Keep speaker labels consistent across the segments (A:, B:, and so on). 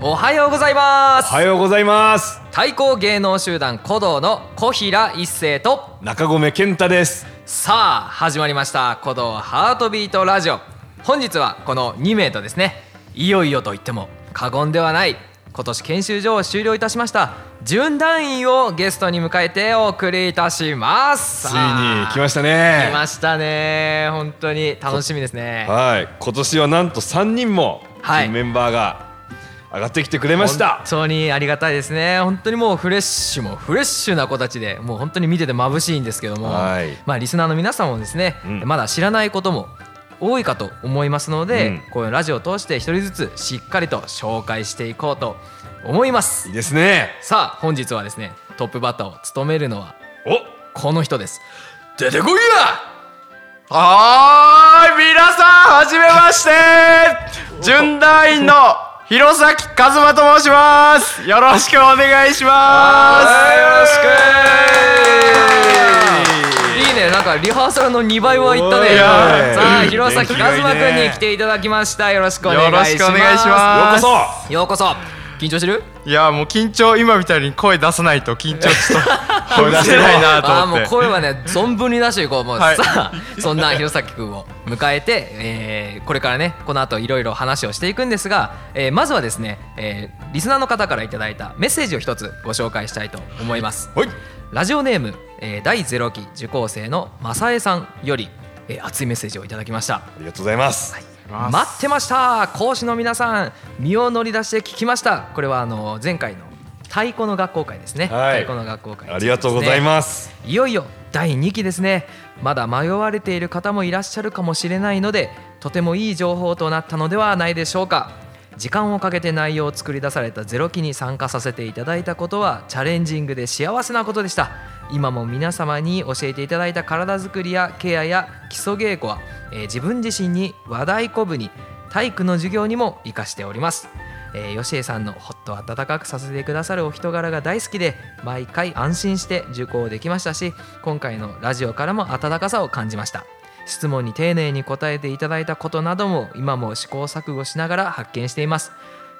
A: おはようございます、
B: おはようございます
A: 太鼓芸能集団鼓動の小平一世と
B: 中込健太です
A: さあ始まりました鼓動ハートビートラジオ本日はこの2名とですねいよいよと言っても過言ではない今年研修所を終了いたしました準団員をゲストに迎えてお送りいたします
B: ついに来ま
A: し
B: した
A: 来
B: ね
A: ましたね本当に楽しみですね
B: はい今年はなんと3人も
A: はい
B: 新メンバーが上がってきてくれました
A: 本当にありがたいですね本当にもうフレッシュもフレッシュな子たちでもう本当に見てて眩しいんですけども、
B: はい
A: まあリスナーの皆さんもですね、
B: うん
A: まだ知らないことも多いかと思いますので、
B: うん
A: こういうラジオを通して一人ずつしっかりと紹介していこうと思いま
B: い
A: す
B: いですね
A: さあ本日はですねトップバッターを務めるのは
B: お
A: この人です出てこいやはーい皆さんはじめまして
C: 準団員の弘前和馬と申しますよろしくお願いしま
A: いいねなんかリハーサルの2倍はいった
B: おー
A: ね今
B: いやい
A: さあ
B: いい
A: 弘前
B: 元気が
A: 和
B: いいね
A: 馬くんに来ていただきましたよろしくお願いします
C: よろしくお願いし
B: よ
C: ま
B: うこそ
A: すようこそ緊張してる
C: すいやもう緊張今みたいに声出さないと緊張ちょっと声出せないな
A: あ
C: と
A: ーも
C: 思
A: う
C: って
A: 声はね存分に出していこうもう、
C: はい
A: さあそんな弘前くんを迎えて、えーこれからねこの後いろいろ話をしていくんですが、えーまずはですね、えーリスナーの方からいただいたメッセージを一つご紹介したいと思います、
B: はい
A: ラジオネーム、えー第0期受講生の正江さんより、えー熱いメッセージをいただきました
B: ありがとうございます
C: ます
A: 待ってました講師の皆さん身を乗り出して聞きましたこれはあの前回の太鼓の学校会ですね、
B: はい
A: 太鼓の学校会、
B: ありがとうございます
A: いよいよ第2期ですねまだ迷われている方もいらっしゃるかもしれないのでとてもいい情報となったのではないでしょうか時間をかけて内容を作り出されたゼロ期に参加させていただいたことはチャレンジングで幸せなことでした今も皆様に教えていただいた体づくりやケアや基礎稽古は、えー自分自身に和太鼓部に体育の授業にも生かしておりますえー、吉江さんのほっと温かくさせてくださるお人柄が大好きで毎回安心して受講できましたし今回のラジオからも温かさを感じました質問に丁寧に答えていただいたことなども今も試行錯誤しながら発見しています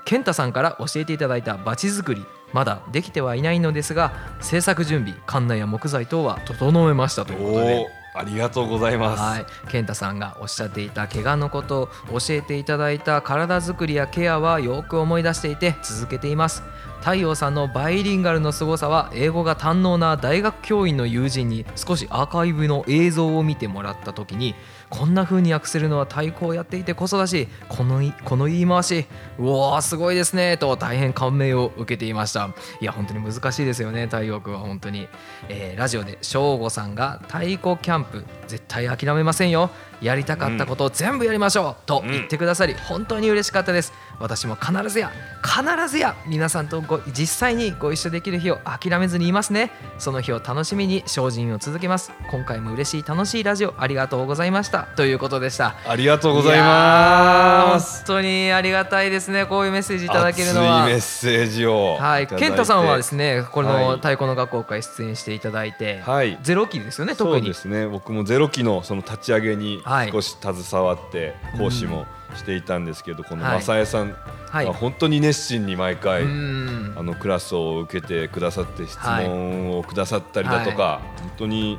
A: 健太さんから教えていただいたバチ作りまだできてはいないのですが制作準備館内や木材等は整えましたという
B: お
A: ことで
B: おありがとうございます
A: はい、健太さんがおっしゃっていた怪我のこと教えていただいた体づくりやケアはよく思い出していて続けています太陽さんのバイリンガルの凄さは英語が堪能な大学教員の友人に少しアーカイブの映像を見てもらった時にこんな風に訳せるのは太鼓をやっていてこそだしこのいこの言い回しうわーすごいですねと大変感銘を受けていましたいや本当に難しいですよね太陽君は本当に、えーラジオで翔吾さんが「太鼓キャンプ絶対諦めませんよやりたかったことを全部やりましょう」と言ってくださり本当に嬉しかったです私も必ずや必ずや皆さんとご実際にご一緒できる日を諦めずにいますねその日を楽しみに精進を続けます今回も嬉しい楽しいラジオありがとうございましたということでした
B: ありがとうございま
A: いやー
B: す
A: 本当にありがたいですねこういうメッセージいただけるの
B: 熱いメ
A: は
B: ッセージを
A: はい、健太さんはです
B: ね
A: ねこ
B: はい
A: の「太鼓の学校会」出演していただいて、
B: はい
A: ゼロ期ですよね
B: そ
A: 特
B: うで
A: に
B: すね僕もゼロ期のその立ち上げに
A: はい
B: 少し携わって講師もしていたんですけど、この
A: はい
B: 正江さん
A: はい
B: が本当に熱心に毎回、
A: うん
B: あのクラスを受けてくださって質
A: はい
B: 問をくださったりだとか、本当に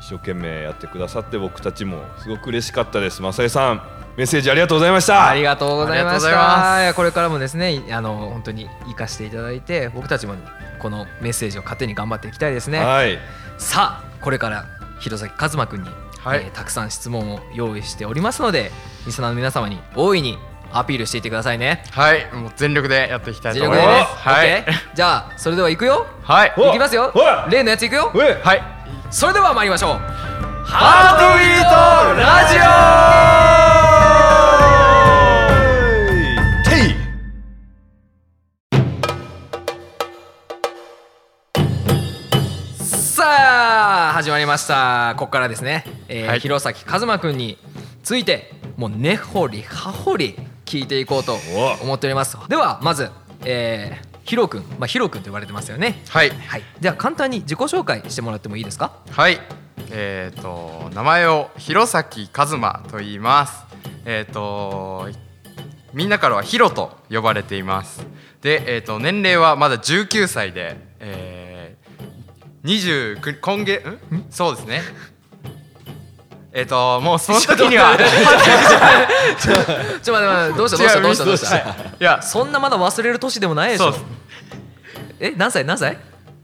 B: 一生懸命やってくださって僕たちもすごく嬉しかったです正江さんメッセージありがとうございました
A: ありがとうございまし
C: ありがとうございま
A: た
C: す
A: いやこれからもですねいあの本当に生かしていただいて僕たちもこのメッセージを糧に頑張っていきたいですね、
B: はい
A: さあこれから弘前和真くんに、
C: はい
A: えーたくさん質問を用意しておりますのでリスナーの皆様に大いにアピールしていってくださいね
C: はいもう全力でやっていきたい
A: 全
C: と思
A: 力で
C: いま
A: ね
C: すはい
A: オッケーじゃあそれではいくよ
C: はい
B: お
A: いきますよ
B: おい
A: 例のやついくよ
B: うえ
C: はい
A: それでは参りましょう
B: ハートビートラジオてい
A: さあ始まりましたここからですね、えー
C: はい
A: 弘前和真くんについてもう根掘り葉掘り聞いていこうと思っておりますではまず、えー、ヒロ君まあヒロ君と呼ばれてますよね
C: はい
A: はいでは簡単に自己紹介してもらってもいいですか
C: はいえっ、と名前を弘前和馬と言いますえっ、とみんなからはヒロと呼ばれていますで、えー、と年齢はまだ19歳で、えー、29今月んそうですねえっ、ともうその時に は
A: ちょっと待って待ってどうしたどうしたどうしたどうした
C: はいいや
A: そんなまだ忘れる年でもないでし
C: そう
A: ょ
C: です
A: え何歳何歳
C: い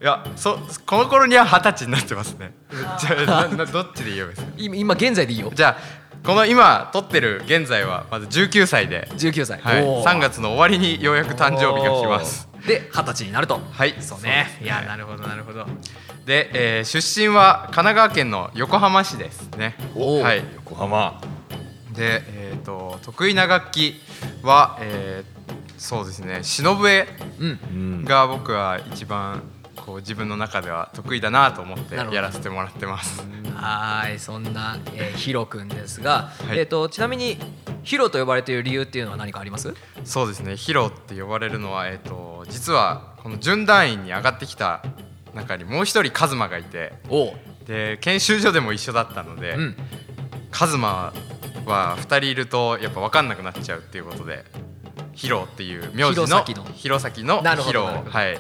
C: やそこの頃には二十歳になってますねじゃあななどっちで言えばいいですか
A: 今今現在でいいよ
C: じゃあこの今撮ってる現在はまず19歳で、
A: 19歳、
C: はい、
A: おー
C: 3月の終わりにようやく誕生日が来ます
A: で二十歳になると
C: はい
A: そうね
C: そうです
A: いやなるほどなるほど
C: で、えー出身は神奈川県の横浜市ですね
A: おー
C: はい
B: 横浜
C: で、えー、と得意な楽器は、えーそうですね篠笛
A: うん
B: うん
C: が僕は一番こう自分の中では得意だなと思って
A: なるほど
C: やらせてもらってます
A: はーいそんな、えー、ヒロくんですが、
C: はい
A: えっ、とちなみにヒロと呼ばれている理由っていうのは何かあります
C: そうですねヒロって呼ばれるのは、えー、と実はこの準団員に上がってきた中にもう一人カズマがいて
A: おう
C: で研修所でも一緒だったので、
A: うん
C: カズマは2人いるとやっぱ分かんなくなっちゃうっていうことでヒロっていう名字の
A: 弘前の
C: 弘前の
A: なるほ
C: ヒ
A: ど
C: ロを
A: なるほど
C: はい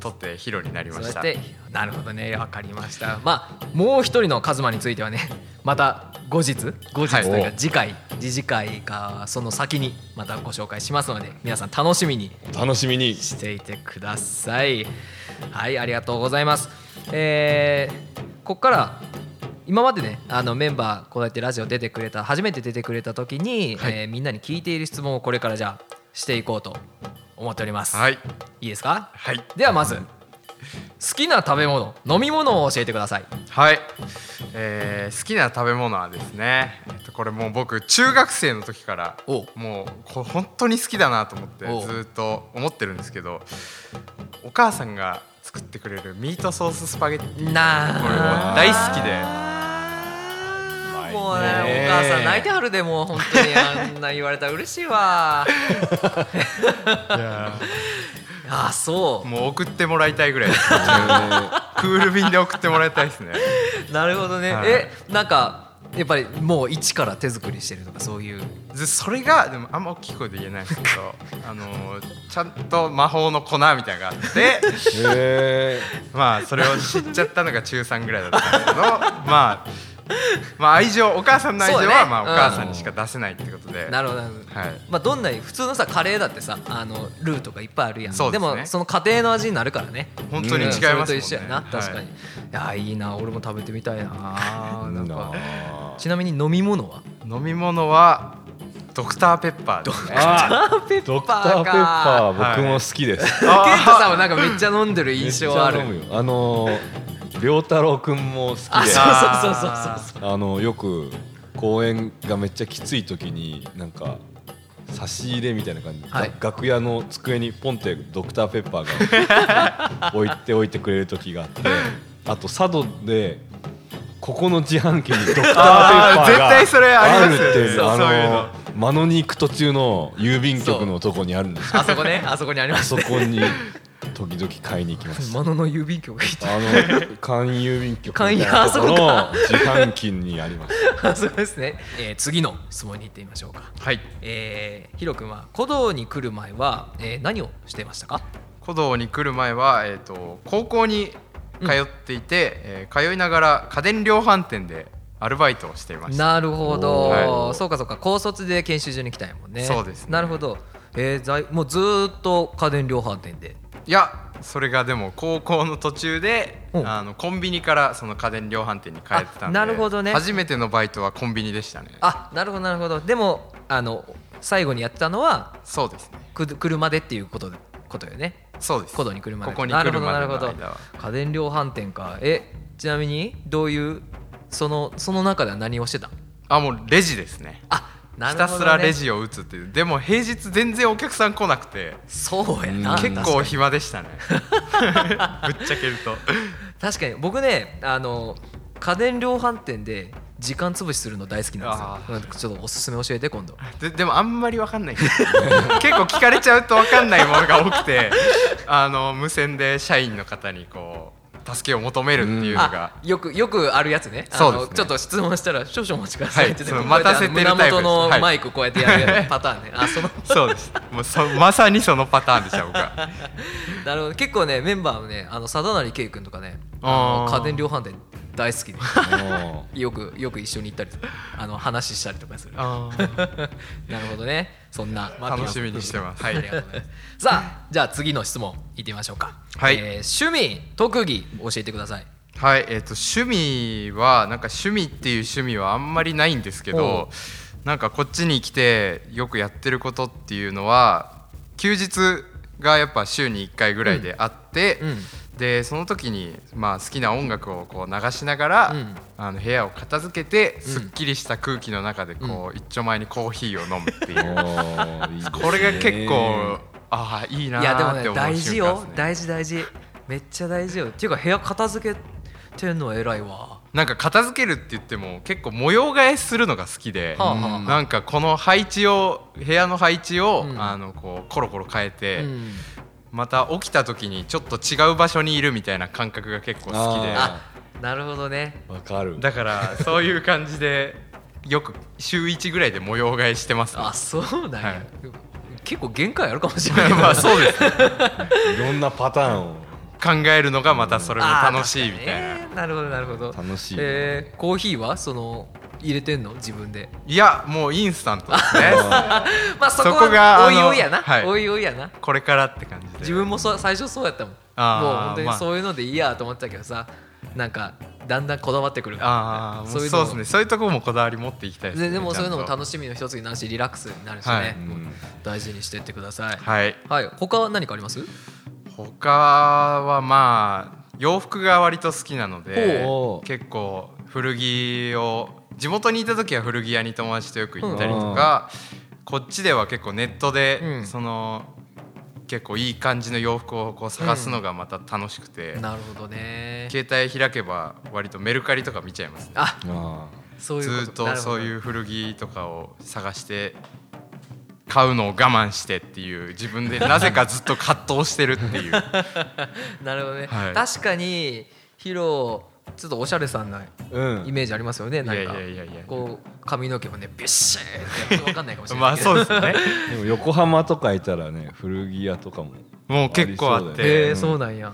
C: 取ってヒロになりま
A: そ
C: した
A: してなるほどねわかりましたまあもう一人のカズマについてはねまた後日後日というか
B: はい
A: 次回次次回かその先にまたご紹介しますので皆さん楽しみに
B: 楽しみに
A: していてくださいはいありがとうございますえーここから今までねあのメンバーこうやってラジオ出てくれた初めて出てくれた時に、
C: はい
A: えーみんなに聞いている質問をこれからじゃあしていこうと思っております、、
C: はいい
A: いですか
C: はい
A: ではまず好きな食べ物飲み物を教えてください
C: はい、えー好きな食べ物はですね、えっと、これもう僕中学生の時から
A: おう
C: もうこれ本当に好きだなと思ってず
A: おう
C: ーっと思ってるんですけどお母さんが作ってくれるミートソーススパゲッティ
A: なあ
C: これも大好きで
A: あーもうね
B: うまいね
A: お母さん泣いてはるでもう本当にあんな言われたら嬉しいわあそ
C: もう送ってもらいたいぐらいですクール便で送ってもらいたいですね
A: うなるほどね、
C: はい
A: えなんかやっぱりもう一から手作りしてるとかそういう
C: ずそれがでもあんま大きい声で言えないですけどあのーちゃんと魔法の粉みたいなのがあって
B: へえ
C: まあそれを知っちゃったのが中3ぐらいだったんですけどまあまあ愛情お母さんの愛情
A: そうだ
C: は
A: ね
C: まあお母さんにしか出せないってことで、
A: なるほどなるほど
C: はい
A: まあどんな普通のさカレーだってさあのルーとかいっぱいあるやん
C: そうですね
A: もその家庭の味になるからね
C: 本当に違いま
A: うん
C: すもんね、
A: それと一緒やな確か
C: はい
A: に、い、やいいな俺も食べてみたい ななんか
B: あ
A: ちなみに飲み物は
C: 飲み物はドクターペッパーですね
B: あ
A: ペッ
B: ドクタ
A: パ
B: ー
A: ー
B: ペッパ
A: か
B: ー僕も好きです
A: ケンタさんはなんかめっちゃ飲んでる 印象ある
B: めっちゃ飲むよあのー良太郎くんも好きで
A: あ
B: あ
A: そうそうそうそう
B: のよく公演がめっちゃきつい時になんか差し入れみたいな感じ、
A: はい
B: が楽屋の机にポンってドクターペッパー が置いておいてくれる時があってあと佐渡でここの自販機にドクターペッパ
C: あー
B: ー
C: 絶
B: が
C: 対それあ
B: あ
C: り
B: る
C: ま
B: っ
C: す
B: て
C: よね
B: いう
C: そ
B: あ
C: うそういうの
B: のー間野に行く途中の郵便局のとこにあるんですけど
A: あそこねあそこにありま
B: あ
A: す
B: そ
A: ね
B: こに時々買いに行きました
A: マノの郵便局行った
B: あの簡易郵便局みた
A: 簡易
B: い
A: あ
B: な
A: そ
B: と
A: こ
B: ころ
A: か
B: の自販機にあります。
A: あそこですね、えー次の質問に行ってみましょうか
C: はい
A: えー、ヒロ君は古道に来る前は、えー、何をしてましたか
C: 古道に来る前は、えー、と高校に通っていて、えー通いながら家電量販店でアルバイトをしていました
A: なるほど、
C: は
A: そうかそうか高卒で研修所に来たんやもんね
C: そうですね
A: なるほど、えー、在もうずーっと家電量販店で
C: いやそれがでも高校の途中で
A: うん
C: あのコンビニからその家電量販店に変えてた
A: あ
C: んで
A: なるほどね
C: 初めてのバイトはコンビニでしたね
A: あなるほどなるほどでもあの最後にやってたのは
C: そうですね
A: く車でっていうことでことよね
C: そうです
A: 古道に来るまで
C: ここに来るまでの
A: なるほどなるほ
C: 間は
A: ど家電量販店かえちなみにどういうそのその中では何をしてた
C: あもうレジですね
A: あな
C: ひ
A: るほど、ね、
C: たすらレジを打つっていうでも平日全然お客さん来なくて
A: そうやな
B: うん
A: 確
C: 結
A: かに
C: 構暇でしたね ぶっちゃけると
A: 確かに僕ねあの家電量販店で時間潰しするの大好きなんですようんちょっとおすすめ教えて今度
C: ででもあんまりわかんないんですよ結構聞 かれちゃうとわかんないものが多くてあの無線で社員の方にこう助けを求めるっていうのが
A: あ、よくよくあるやつねあ
C: そう
A: の
C: ですね
A: ちょっと質問したら少々お待ちください
C: はい
A: って
C: その
A: こうやって
C: 待たせてるタイプです
A: あの胸元
C: は
A: の
C: い
A: マイクこうやってやるパターンね、あその
C: そうですもうそまさにそのパターンでした僕は
A: なるほど結構ねメンバーもねあの貞成圭君とかねあの
C: あー
A: 家電量販店大好きで
B: あ
A: よくよく一緒に行ったりとかあの話したりとかする
C: あー
A: なるほどねそんな
C: 楽しみにしてます
A: は
C: はいい
A: ありがとうございますさあじゃあ次の質問いってみましょうか
C: はい
A: えー趣味特技教えてください
C: はいえっ、と趣味はなんか趣味っていう趣味はあんまりないんですけどなんかこっちに来てよくやってることっていうのは休日がやっぱ週に1回ぐらいであって、
A: うんうん
C: でその時に、まあ、好きな音楽をこう流しながら、
A: うん
C: あの部屋を片付けて
A: うん
C: すっきりした空気の中でこう、一丁前にコーヒーを飲むっていう、
B: あいいですね
C: これが結構ああいいない
A: やでも
C: ーっ
A: ね
C: て思う
A: 大事
C: 瞬間
A: よ
C: ですね
A: 大事大事めっちゃ大事よっていうか部屋片付けてんのは偉いわ
C: なんか片付けるって言っても結構模様替えするのが好きで、
A: はあはあ
C: なんかこの配置を部屋の配置を、
A: うん
C: あのこうコロコロ変えて、
A: うん
C: また起きた時にちょっと違う場所にいるみたいな感覚が結構好きで
B: あ
A: なるほどね
B: わかる
C: だからそういう感じでよく週1ぐらいで模様替えしてますね
A: あそうなんや、
C: はい
A: 結構限界あるかもしれない
C: まあそうですね
B: いろんなパターンを
C: 考えるのがまたそれも
A: あー
C: 楽しいみたい
A: 確か
C: な、
A: にねなるほどなるほど
B: 楽しい
A: えーコーヒーはその入れてんの自分で
C: いやもうインスタントで すね
A: まあそこ
C: そこ
A: は
C: が
A: お
C: あ
A: い
C: の
A: おいやな、
C: はい
A: おいおいやな
C: これからって感じで
A: 自分もそう最初そうやったもんも
C: あー
A: う本当に
C: まあ
A: そういうのでいいやと思ってたけどさなんかだんだんこだわってくる
C: ああ
A: そ
C: そうう
A: いう
C: で
A: のも
C: すねそういうとこもこだわり持っていきたいですね
A: ででもそういうのも
C: ちゃんと
A: 楽しみの一つになるしリラックスになるしね、
C: はい
B: うん
A: 大事にしてってくださいはい、
C: はい
A: 他は何かあります
C: 他はまあ洋服が割と好きなので
B: ほう
C: 結構古着を地元にいた時は古着屋に友達とよく行ったりとか、こっちでは結構ネットで、
A: うん
C: その結構いい感じの洋服をこう探すのがまた楽しくて、
A: なるほどね
C: 携帯開けば割とメルカリとか見ちゃいますね
A: あ
B: あ
A: そういう
C: ず
A: こと
C: ーっとそう
A: う
C: いう古着とかを探して買うのを我慢してっていう自分でなぜかずっと葛藤してるっ ていう
A: なるほどね、
C: はい
A: 確かにヒロちょっとおしゃれさんな
B: うん
A: イメージありますよねなんか
C: いやいやいやいや
A: こう髪の毛もねビッシーって分かんないかもしれ な
C: まあ
A: いけ
C: そ
A: ど
C: うですね
B: でも横浜とかいたらね古着屋とかも
C: もう結構
B: あ
C: あっ
B: りそう
C: て
B: だよね
A: へえそうなんや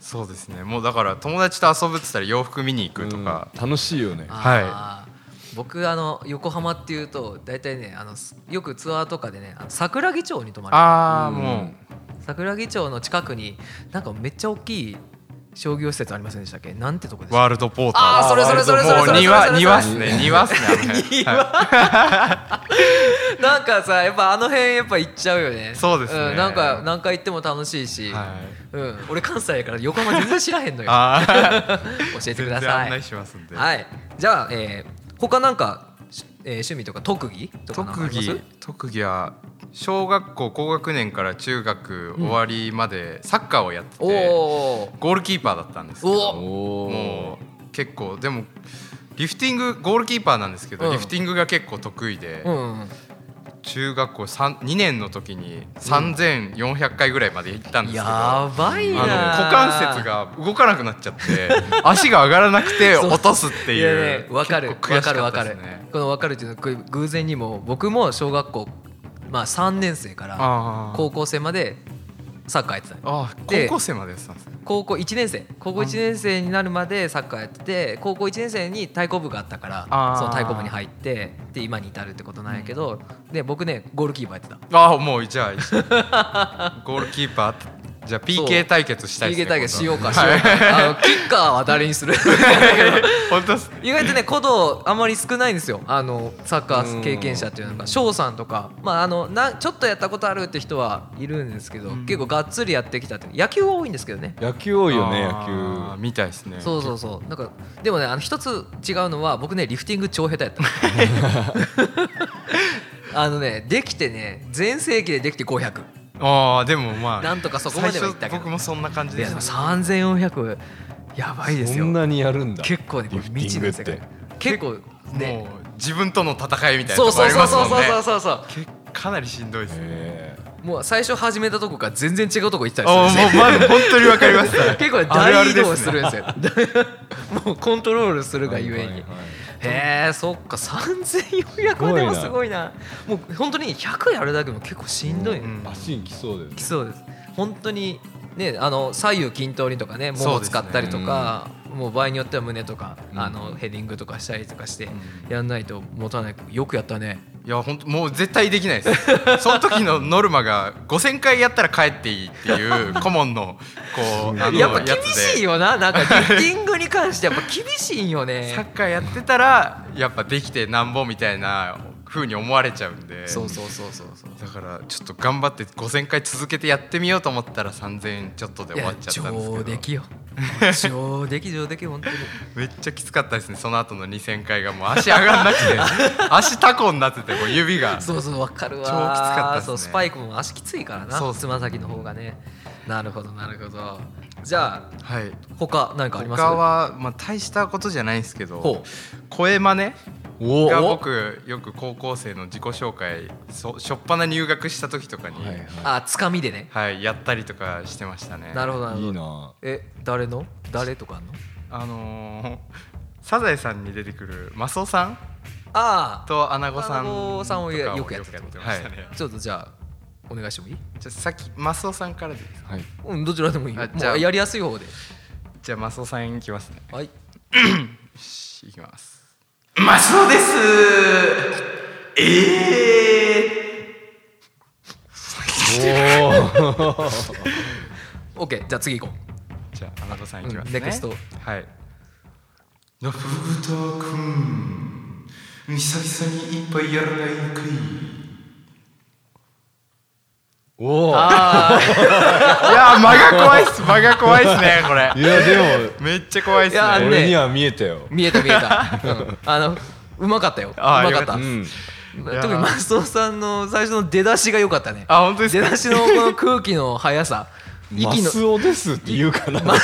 C: そうですねもうだから友達と遊ぶっつったら洋服見に行くとか、
B: うん楽しいよね
C: はい
A: あー僕あの横浜っていうと大体ねあのよくツアーとかでねあの桜木町に泊まる
C: ああ、
B: うん
C: も
A: 桜木町の近くになんかめっちゃ大きい商業施設ありませんでしたっけなんてとこです
C: う
A: か
C: ワールドポーター
A: あーそれそれそれそれ
C: もう
A: それそれそれ
C: 庭庭っすね庭っすねあの辺は い
A: なんかさやっぱあの辺やっぱ行っちゃうよね
C: そうですね
A: んなんか何回行っても楽しいし、
C: はい
A: うん、俺関西やから横浜全然知らへんのよ
C: あー
A: 教えて
C: 全
A: くだ
C: 然
A: さ
C: 案
A: い
C: 内しますんで、
A: はいじゃあ、えー、他なんか、しえー、趣味とか特技とかなんかあ
C: 特
A: ります
C: 技特技は小学校高学年から中学終わりまでサッカーをやってて、
A: おお
C: ゴールキーパーだったんですけ
A: お
C: ど
B: お
C: もう結構でもリフティングゴールキーパーなんですけど、
A: うん
C: リフティングが結構得意で、
A: うん
C: 中学校2年の時に3400回ぐらいまで行ったんですけど、あ
A: やばい
C: の
A: な
C: 股関節が動かなくなっちゃって 足が上がらなくて
A: そう
C: 落とすって
A: い
C: い
A: や
C: う
A: ねわかる
C: 結構
A: わ
C: 悔
A: か
C: し
A: る
C: か
A: わ
C: った
A: か
C: で
A: る
C: すね
A: このわかるっていうのは偶然にも僕も小学校まあ3年生から
C: あー
A: 高校生までサッカーやってた
C: あー
A: で
C: 高校生までやってたんですね
A: 高校1年生高校1年生になるまでサッカーやってて高校1年生に太鼓部があったから
C: あー
A: その太鼓部に入ってで今に至るってことなんやけどで僕ねゴールキーパーやってた
C: ああもうじゃ あゴールキーパーじゃあ PK 対決したいですね
A: PK 対決しようかし
C: 今
A: よ
C: 度
A: う
C: は
A: かあのキッカーは誰にする
C: 本当っす
A: 意外とね古道あまり少ないんですよあのサッカー経験者っていうのが翔さんとか、まあ、あのなちょっとやったことあるって人はいるんですけど、結構がっつりやってきたって野球は多いんですけどね
B: 野球多いよね
C: あー
B: 野球
C: みたいですね
A: そうそうそうなんかでもねあの一つ違うのは僕ねリフティング超下手やったあのねできてね全盛期でできて500
C: ああでもまあ
A: なんとかそこまでは行ったけど
C: 最初僕もそんな感じ
A: い
C: で
A: やでも
C: す
A: 3400やばいです
B: そ
A: よ
B: んなにやるんだ
A: 結構ねこれ未知の世界
B: リフテ
A: 結構ね
C: もう自分との戦いみたいな
A: そう
C: とこ
A: そ
C: あ
A: う
C: り
A: そう
C: ます
A: そ
C: も
A: うんそうそうそう
C: ね
A: そう
C: 結構かなりしんどいですね
B: え
A: もう最初始めたとこから全然違うとこ行ってたり
C: あ
A: する
C: も
A: ん
C: うまず本当にわかり ました
A: 結構
C: あるあ
A: 大
C: る
A: 移
C: で
A: 動
C: す
A: する
C: ね
A: んですよ もうコントロールするがゆえに、
B: はいはいはい
A: へえそっか3400はでもすごいなもう本当に100やるだけでも結構しんどい、
C: うん
B: 足にきそうだよね
A: きそうです本当にねあの左右均等にとかねも
C: そう
A: も
C: うですね
A: 使ったりとか、もう場合によっては胸とか、
B: うん
A: あのヘディングとかしたりとかしてやんないと持たないよくやったね
C: いや本当もう絶対できないですその時のノルマが5000回やったら帰っていいって いう顧問のこうあの
A: やっぱ
C: や
A: 厳
C: つで
A: しいよななんかリフティングに関してやっぱ厳しいよね
C: サッカーやってたらやっぱできてなんぼみたいな風に思われちゃうんで
A: そうそうそうそうそう
C: だからちょっと頑張って5000回続けてやってみようと思ったら3000ちょっとで
A: い
C: 終わ
A: や
C: っちゃったんです
A: 上
C: け
A: 出
C: ど
A: 来 よ上出来上出来本当に
C: めっちゃきつかったですねその後の2000回がもう足上がんな くて足タコになっててもう指が
A: そうそうわかるわ
C: 超きつかったっすね
A: そうスパイクも足きついからな
C: そうっす
A: つま先の方がねなるほどなるほどじゃあ
C: はい
A: 他何かあります
C: 他は、まあ、大したことじゃないんですけど
A: ほ
C: 声真似
A: うお
C: が僕よく高校生の自己紹介そ初っ端入学した時とかに、
B: は
C: はいい
A: あつかみでね
C: やったりとかしてましたね
A: なるほどな
B: は
A: る
B: いい
A: ほ
B: い
A: ど
B: な
A: え誰の誰とかあんの
C: あのーサザエさんに出てくるマスオさん
A: ああ
C: とアナゴさん
A: アナゴさんを
C: とか
A: よくやってた
C: ましたね、はい
A: ちょっとじゃあお願いしてもいい
C: じゃあさっきマスオさんからでいいです か
B: はい
A: うんどちらでもいいよ
C: あ
A: も
C: じゃあ
A: うやりやすい方で
C: じゃあマスオさんいきますね
A: はい
C: よしいきますマスオですええ
A: オッケーじゃあ次行こ
C: じゃあアナゴさんいきますね、
A: うんネクスト
C: はいのぶたくん久々にいっぱいやらないかい
B: お
A: う
B: お
A: あ
C: いやー間が怖いっす間が怖いっすねこれ
B: いやでも
C: めっちゃ怖いっす
A: いやー
C: ね
B: 俺には見えたよ
A: 見えた見え た、うん、あのうまかったよう
C: あー
A: まかっ
C: よか
A: た
B: う
C: った
B: ん
A: 特にマスオさんの最初の出だしが良かったね
C: あ本当です
A: 出
C: か
A: だしのこの空気の速さ
B: マ
A: 息の
B: スオですって言うか なもう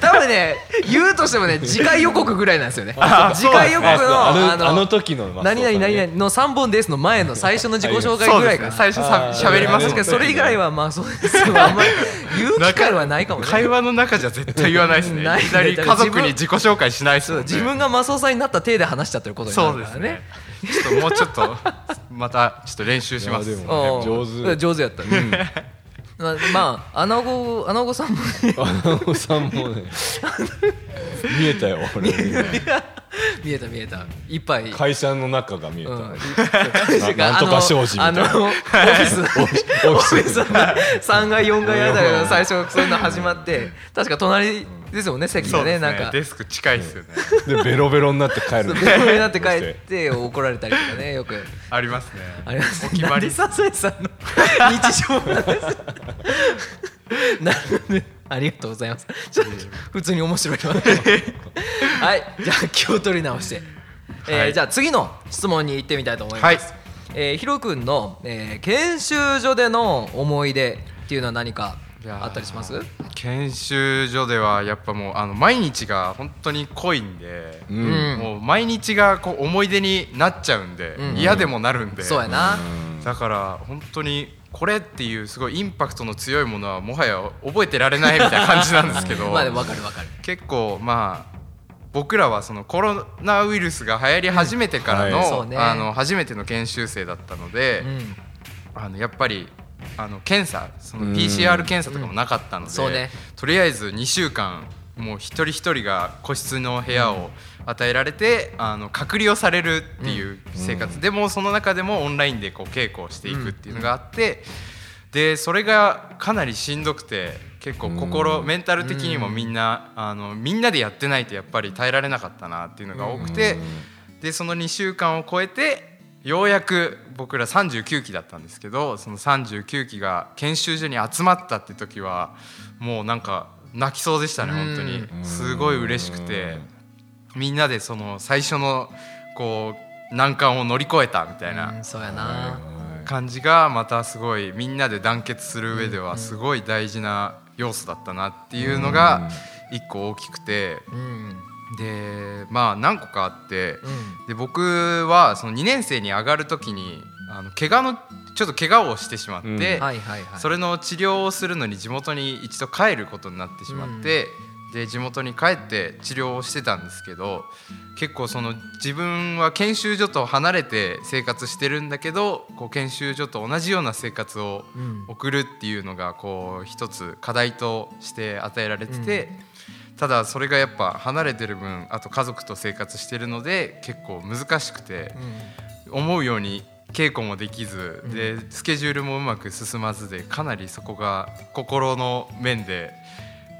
A: 多分ね言うとしてもね次回予告ぐらいなんですよね
B: あ
A: 次回予告の
B: あの
A: あ
B: あ
A: の
B: の時のマスオさん
A: 何
B: ね
A: 々何々の3本ですの前の最初の自己紹介
C: そう
A: ぐら
C: で
A: い
C: す
A: か
C: ね
A: な
C: 最初さ
B: あー
C: 喋り
A: 確
C: ますもん
A: か
C: ね
A: にそれ以外はまあそうですけどあんまり言う機会はないかもね
C: 会話の中じゃ絶対言わないですね
A: ない
C: いきなり家族に自己紹介しないっす
A: そ
C: も
A: うん
C: ね
A: 自分がマスオさんになった体で話しちゃってることにな
C: そう
A: る
C: で
A: から
C: す
A: ね
C: ねちょっともうちょっと またちょっと練習します
B: いやでも
A: うん
B: 上手
A: 上手やったねまあまあ穴子穴子さんもね
B: あのおさんも ね見えたよ俺
A: 見えた見えた一杯
B: 会社の中が見えた、
A: うん
B: な なんとか商事みたいな
A: あのオフィスオフ
B: オフ
A: ィスの3階4階あたりの最初そういうの始まって確か隣ですよね席
C: そ
A: が
C: う
A: ね
C: です
A: なん
C: ね
A: か
C: デスク近いっすよね
B: でベロベロになって帰る
A: そう
B: の
A: ベロベロになって帰って怒られたりとかねよく
C: ありますね
A: あります
C: お決ま
A: なん
C: り
A: で
C: っす
A: サザエさんの 日常なんですなるほどありがとうございますちょっと普通に面白い わはいじゃあ気を取り直して、え
C: は
A: ー
C: い
A: じゃあ次の質問に行ってみたいと思います、
C: はい
A: えーヒロ君の、えー研修所での思い出っていうのは何か
C: いやー
A: あったりします
C: 研修所ではやっぱもうあの毎日が本当に濃いんで、
A: う
B: う
A: ん
B: ん
C: もう毎日がこう思い出になっちゃうんで、
A: うん
C: 嫌でもなるんで
A: そうやな
C: だから本当にこれっていうすごいインパクトの強いものはもはや覚えてられないみたいな感じなんですけ ど
A: まあでも分かる分かる
C: 結構まあ僕らはそのコロナウイルスが流行り始めてから
B: うんはい
A: そ
C: の,、
A: うね
C: あの初めての研修生だったので、
A: うん
C: あのやっぱりあの検査その
B: うん
C: PCR 検査とかもなかった
A: うん
C: ので、
A: そうね
C: とりあえず2週間もう一人一人が個室の部屋を与えられて、あの隔離をされるっていう生活、でもその中でもオンラインでこう稽古をしていくっていうのがあって、でそれがかなりしんどくて結構心、
B: うん
C: メンタル的にもみんな、あのみんなでやってないとやっぱり耐えられなかったなっていうのが多くて、でその2週間を超えてようやく僕ら39期だったんですけどその39期が研修所に集まったって時はもうなんか泣きそうでしたね本当
A: う
C: にすごい嬉しくてみんなでその最初のこう難関を乗り越えたみたいな
A: うんそうやな
C: 感じがまたすごいみんなで団結する上ではすごい大事な要素だったなっていうのが一個大きくて
A: うん
C: でまあ何個かあって
A: うん
C: で僕はその2年生に上がる時にあの怪我のちょっと怪我をしてしまって、
B: うん
A: はいはいはい
C: それの治療をするのに地元に一度帰ることになってしまって、で地元に帰って治療をしてたんですけど結構その自分は研修所と離れて生活してるんだけどこう研修所と同じような生活を
A: うん
C: 送るっていうのがこう一つ課題として与えられてて。ただそれがやっぱ離れてる分あと家族と生活してるので結構難しくて、思うように稽古もできず、でスケジュールもうまく進まずでかなりそこが心の面で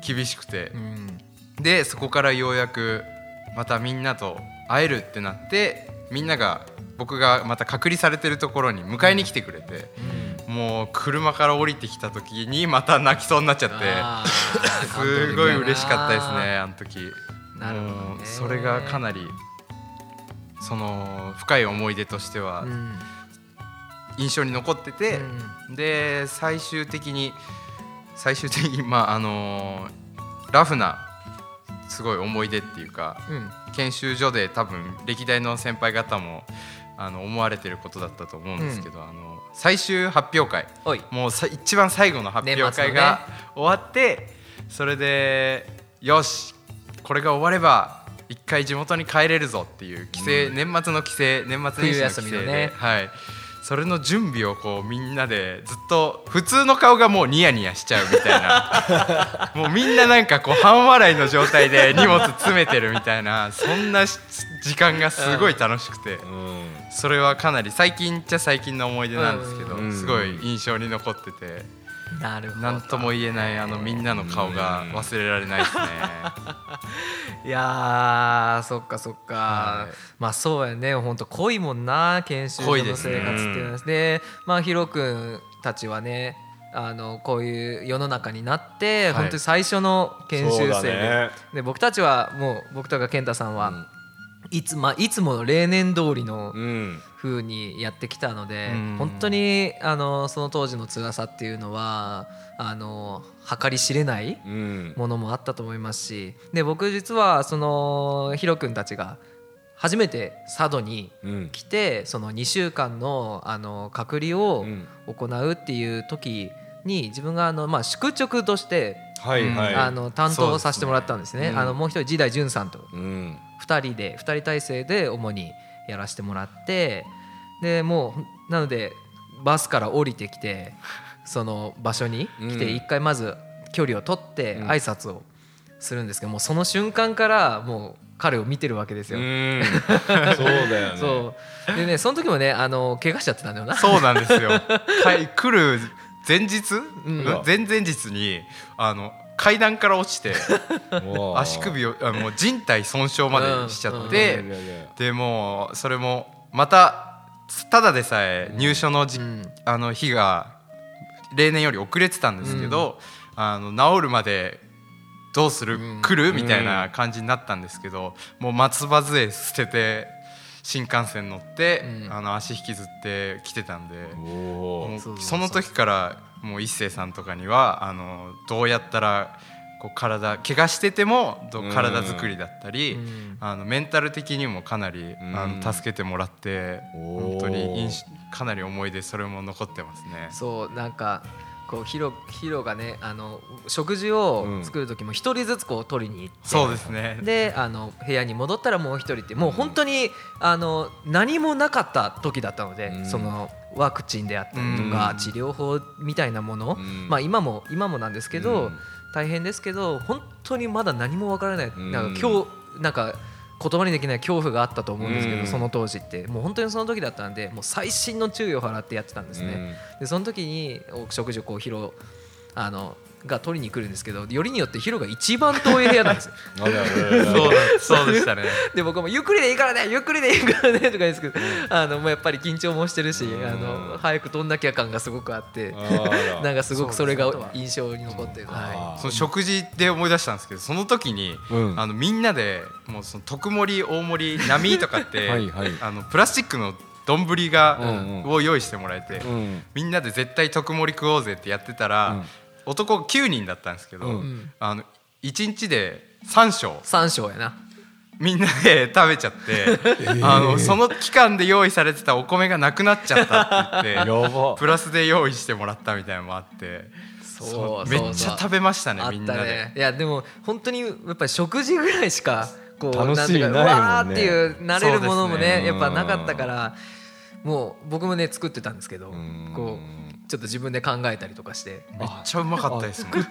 C: 厳しくて
A: う、ん
C: でそこからようやくまたみんなと会えるってなってみんなが僕がまた隔離されてるところに迎えに来てくれて、もう車から降りてきた時にまた泣きそうになっちゃって。
A: あー
C: すごい嬉しかったですねあの時
A: なるほどね
C: もうそれがかなりその深い思い出としては
A: うん
C: 印象に残ってて、で最終的に最終的にまああのラフなすごい思い出っていうか
A: うん
C: 研修所で多分歴代の先輩方もあの思われてることだったと思うんですけど、あの最終発表会
A: おい
C: もうさ一番最後の発表
A: 年末の
C: 会
A: ね
C: が終わって、それでよしこれが終われば一回地元に帰れるぞっていう帰省、年末の帰省年末年始の帰省で
A: 冬休みのね
C: はい、それの準備をこうみんなでずっと普通の顔がもうニヤニヤしちゃうみたいな もうみんななんかこう半笑いの状態で荷物詰めてるみたいなそんなし時間がすごい楽しくて。
B: うん
C: それはかなり最近っちゃ最近の思い出なんですけど、
B: うん
C: すごい印象に残ってて
A: なるほど
C: 何とも言えないあのみんなの顔が忘れられないですね。
A: いやーそっかそっか、
C: はい
A: まあそうやねほんと濃いもんな研修所
C: 濃
A: の
C: い
A: 生
C: で
A: 活
C: す
A: って
C: ね
A: いうのはで,、まあヒロ君たちはねあのこういう世の中になって、
C: はい
A: 本当に最初の研修
B: そ
A: 生
B: うだ
A: で,、
B: ね
A: で僕たちはもう僕とか健太さんは、
B: うん
A: いつまあ、いつもの例年通りの
B: うん
A: 風にやってきたので、
C: うん
A: 本当にあのその当時の辛さっていうのはあの計り知れない、
B: うん
A: ものもあったと思いますしで僕実はそのヒロ君たちが初めて佐渡に
B: うん
A: 来てその2週間のあの隔離を行うっていう時に自分があのまあ宿直として
B: はいはい
A: あの担当させてもらったんですね
B: そうですね
A: あのもう一人時代淳さんと
B: うん
A: 2人で2人体制で主にやらせてもらってでもうなのでバスから降りてきてその場所に来
B: う
A: て
B: ん
A: 一回まず距離を取って
B: うん
A: 挨拶をするんですけどもうその瞬間からもう彼を見てるわけです
B: う
A: よ。
B: んそうだよね
A: そうでねその時もねあの怪我しちゃってたんだよな。
C: そうなんですよ。はい、来る前日、
A: ん
C: うん前々日にあの階段から落ちて
B: もう
C: 足首をあもう人体損傷までしちゃっ
B: い
C: て、
B: やいやいや
C: でもうそれもまたただでさえ入所のじ、
A: うん
C: あの日が例年より遅れてたんですけど、あの治るまでどうする、
A: うん
C: 来るみたいな感じになったんですけど、もう松葉杖捨てて新幹線乗って、
A: うん
C: あの足引きずって来てたんで、
B: お
C: もう
B: ー
A: そうそうそう
C: その時からもう一生さんとかにはあのどうやったらこう体怪我しててもどう
B: うん
C: 体作りだったり、
A: うん
C: あのメンタル的にもかなり、
B: ん
C: あの助けてもらって
B: おー
C: 本当に印象かなり思い出それも残ってますね。
A: そうなんかこうヒロヒロがねあの食事を作る時も一人ずつこう取りに行って
C: そうですね
A: であの部屋に戻ったらもう一人ってもう本当にあの何もなかった時だったので、
B: うん
A: そのワクチンであったりとか、
B: うん
A: 治療法みたいなもの、
B: うん
A: まあ、今も今もなんですけど、
B: うん
A: 大変ですけど本当にまだ何もわからない、
B: ん
A: なんか今日なんか言葉にできない恐怖があったと思うんですけど、
B: うん
A: その当時ってもう本当にその時だったんでもう細心の注意を払ってやってたんですね。でその時にお食事をこうヒロあのが取りに来るんですけどよりによってヒロが一番遠い部屋なんですよ。
B: あるあるある
C: そうだそう でしたね。
A: で僕もゆっくりでいいからねゆっくりでいいからねとか言うんですけど、あのもうやっぱり緊張もしてるし、
B: うん
A: あの早く飛んなきゃ感がすごくあって、
B: あ
A: な
B: ら
A: んかすごくそれ
C: そうです
A: が
C: ね
A: 印象に残ってる、は
B: あー
C: その食事で思い出したんですけどその時に、
B: うん
C: あのみんなでもうその特盛り大盛り並とかっ て
B: はいはい
C: あのプラスチックの丼が、
B: うんうん
C: を用意してもらえて、
B: うん
C: みんなで絶対特盛り食おうぜってやってたら、
B: うん
C: 男9人だったんですけど、
B: う
A: い、
B: ん
A: うん、
C: あの1日で3升
A: 3章やな
C: みんなで食べちゃって あのその期間で用意されてたお米がなくなっちゃったって言っ
B: や
C: て
B: ば
C: プラスで用意してもらったみたいなのもあって
A: そう
C: めっちゃ食べましたね
A: あっ
C: みんな
A: た
C: で
A: ね。いやでも本当にやっぱり食事ぐらいしかこう
B: 楽しみ
A: んてうか
B: ないもんね
A: わーっていう慣れるものも
C: そうで
A: ね
C: すね
A: やっぱなかったからもう僕もね作ってたんですけど
B: ん
A: こうちょっと自分で考えたりとかして
C: めっちゃうまかったですもん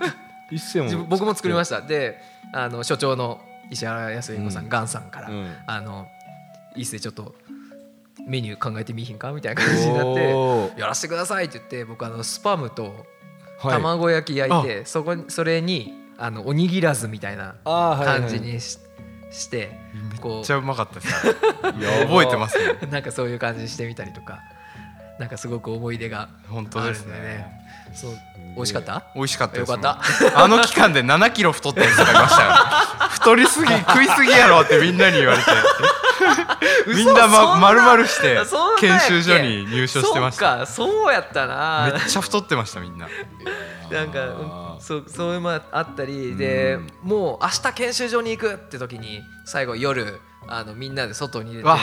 B: 一世
A: 自分
B: も
A: 僕も作りま
B: し
A: したであの所長の石原康彦さん、
B: うん
A: ガンさんから、
B: うん
A: あの一斉ちょっとメニュー考えてみいひんかみたいな感じになってやらせてくださいって言って僕あのスパムと卵焼き焼いて、そこにそれにあのおにぎらずみたいな感じにし,、して
C: め
A: こ
C: っちゃ
A: う
C: うまかったですね覚えてますね
A: なんかそういう感じにしてみたりとかなんかすごく思い出が
C: 本当
A: あ
C: で
A: る
C: す
A: んで
C: ね
A: ねそう美味しかった
C: 美味しかったです
A: よか
C: あの期間で7キロ太ったやつがい ましたよ太りすぎ食いすぎやろってみんなに言われてみんな
A: そ
C: ま
A: んな
C: 丸々して
A: あそんなんや
C: 研
A: っけ
C: 修所に入所してました
A: そうかそうやったな
C: めっちゃ太ってましたみんな
A: なんかうんそうそういうのもあったりで、
B: うん
A: もう明日研修所に行くって時に最後夜あのみんなで外に出て
C: わ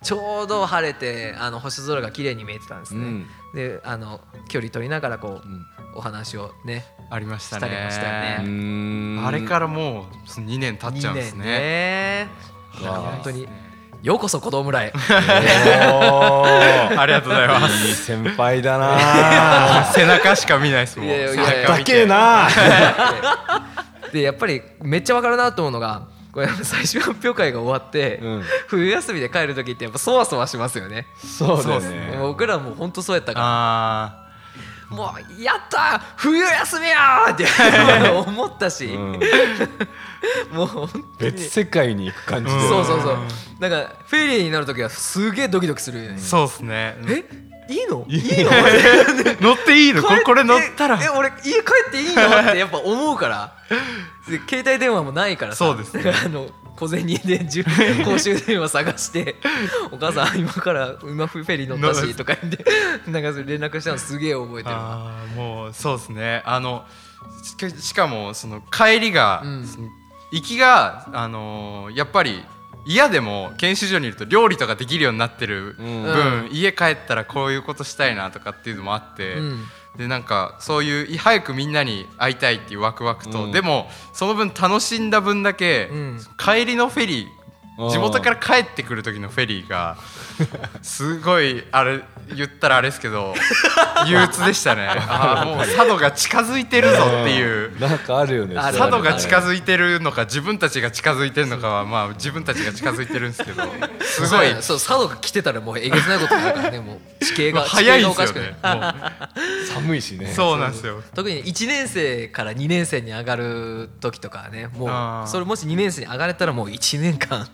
A: ちょうど晴れてあの星空が綺麗に見えてたんですね、
B: うん
A: であの距離取りながらこう、お話をね
C: ありました
A: したりもしたよ
C: ね
A: ね
C: あれ
B: ら
C: からもう2年経っちゃうんです
A: 2年
C: ね
A: ねいや
B: わあ
A: 本当にようこそ子供 村へ
C: ありがとうございま す
B: いい先輩だ な
C: 背中しか見ないですもん
A: いやいやい
C: 背
A: や
C: 中
B: だ
C: 見
B: けえ
C: て
B: な
A: でやっぱりめっちゃわかるなと思うのがこれ最終発表会が終わって、
B: うん
A: 冬休みで帰る時ってやっぱそわそわしますよね
B: そうだよ
C: そうです
B: ね
A: 僕らもう本当そうやったから
C: あ
A: もうやったー冬休みやーって 思ったし、
B: うん
A: もう本当に
B: 別世界に行く感じ
C: うん
B: で
A: そうそうそうなんかフェリーになる時はすげえドキドキするよね
C: あそうですね
A: えいいのいいの
C: 乗っていい のこれこれ乗ったら
A: ええ俺家帰っていいのってやっぱ思うからで携帯電話もないからさ
C: そうです ね
A: あの小銭でじゅ公衆電話探 して「お母さん今から今フェリー乗ったし」とか言ってなんかそれ連絡したのすげえ覚えてるわ
C: あーもうそうですねあのしかしかもその帰りが、
A: うん
C: その行きが、あのーやっぱり嫌でも研修所にいると料理とかできるようになってる
B: うん
C: 分、家帰ったらこういうことしたいなとかっていうのもあって、
A: うん
C: でなんかそういうい早くみんなに会いたいっていうワクワクと、
B: うん
C: でもその分楽しんだ分だけ、
A: うん
C: 帰りのフェリー
B: うん
C: 地元から帰ってくる時のフェリーが すごいあれ言ったらあれですけど 憂鬱でしたね あーもう佐渡が近づいてるぞっていう
B: うんなんかあるよね
A: ある
C: 佐渡が近
B: い
C: づいてるのか自分たちが近づいてるのかはまあ自分たちが近づいてるんで すけどすごい
A: そう佐渡が来てたらもうえげつないことになるからねもう地形が
C: 早い
A: 地
C: で
A: 形
C: す
A: がおか
C: よ
A: しくな
C: ね
A: る
C: も
B: 寒いしね
C: うそうなんですよ
A: 特に1年生から2年生に上がる時とかはねも
C: あー
A: うそれもし2年生に上がれたらもう1年間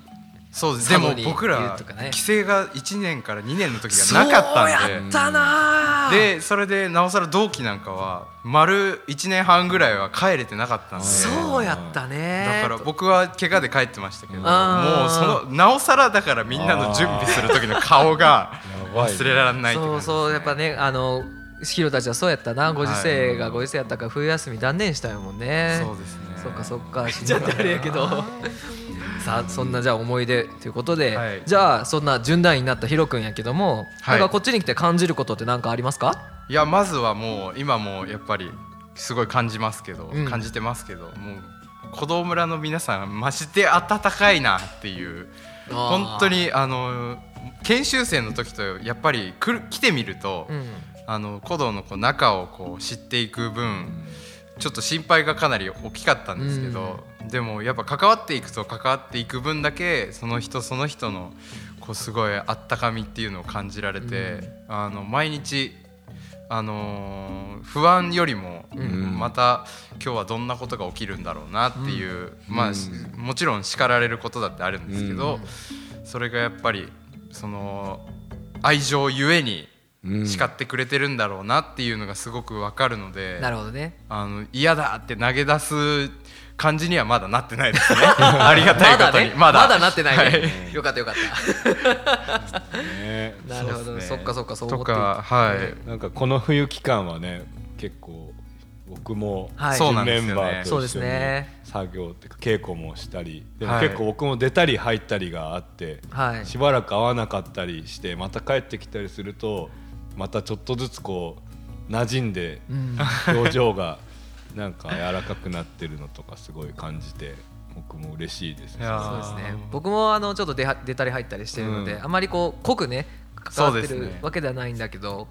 C: そうです
A: 佐
C: で
A: 渡
C: も
A: に
C: 僕
A: い
C: ら
A: るとかね
C: 規制が1年から2年の時がなかったんで
A: そうやったなー
C: でそれでなおさら同期なんかは丸1年半ぐらいは帰れてなかったので
A: そうやったね
C: だから僕は怪我で帰ってましたけどもう
A: あー
C: そのなおさらだからみんなの準備する時の顔が
B: やばいね
C: 忘れられないっ
A: そ
C: て感
A: う
C: じ
A: そうやっぱねあのヒロたちはそうやったなご時世
C: は
A: が
C: い
A: ご時世やったから冬休み断念したよもんね
C: そうですね
A: そっかそっか死んじゃってあれやけど さあそんなじゃあ思い出ということで、
C: はい
A: じゃあそんな準団員になったヒロ君やけども、な
C: はい
A: んかこっちに来て感じることって何かありますか
C: いやまずはもう今もやっぱりすごい感じますけど、
A: うん
C: 感じてますけどもう子供村の皆さんまして温かいなっていう
A: あー
C: 本当にあの研修生の時とやっぱり来る来てみると、
A: うん
C: あの古道のこう中をこう知っていく分ちょっと心配がかなり大きかったんですけど、でもやっぱ関わっていくと関わっていく分だけその人その人のこうすごいあったかみっていうのを感じられて、あの毎日、あのー不安よりも、
B: ん
C: また今日はどんなことが起きるんだろうなっていう、まあ、しもちろん叱られることだってあるんですけど、それがやっぱりその愛情ゆえに
B: うん
C: 叱ってくれてるんだろうなっていうのがすごくわかるので、
A: なるほどね
C: あの嫌だって投げ出す感じにはまだなってないですね ありがたい
A: ま
C: こ
A: だ
C: と
A: ね
C: に
A: ま
C: まだ
A: だなってないね、
C: は
A: よかったよかっ
B: ね
A: たなるほどそ,、
C: そうっすね
A: っかそっかそう
C: と
A: 思って
C: かはい
B: なんかこの冬期間はね結構僕も
A: はい
B: 新
A: そう
C: なん
B: メ
C: ですよね
B: ンバー
A: そう
B: と
A: で
B: 一
A: す
B: 緒に
A: ね
B: 作業っていうか稽古もしたりでも
C: はい
B: 結構僕も出たり入ったりがあって、
A: はい
B: しばらく会わなかったりしてまた帰ってきたりするとまたちょっとずつこう馴染んで
A: うん
B: 表情がなんか柔らかくなってるのとかすごい感じて僕も嬉しいです
C: いやー
A: そうですね
C: あー
A: 僕もあのちょっと出は出たり入ったりしてるので、
B: うん
A: あまりこう濃くね関わって
C: そうで
A: る
C: すね
A: わけではないんだけど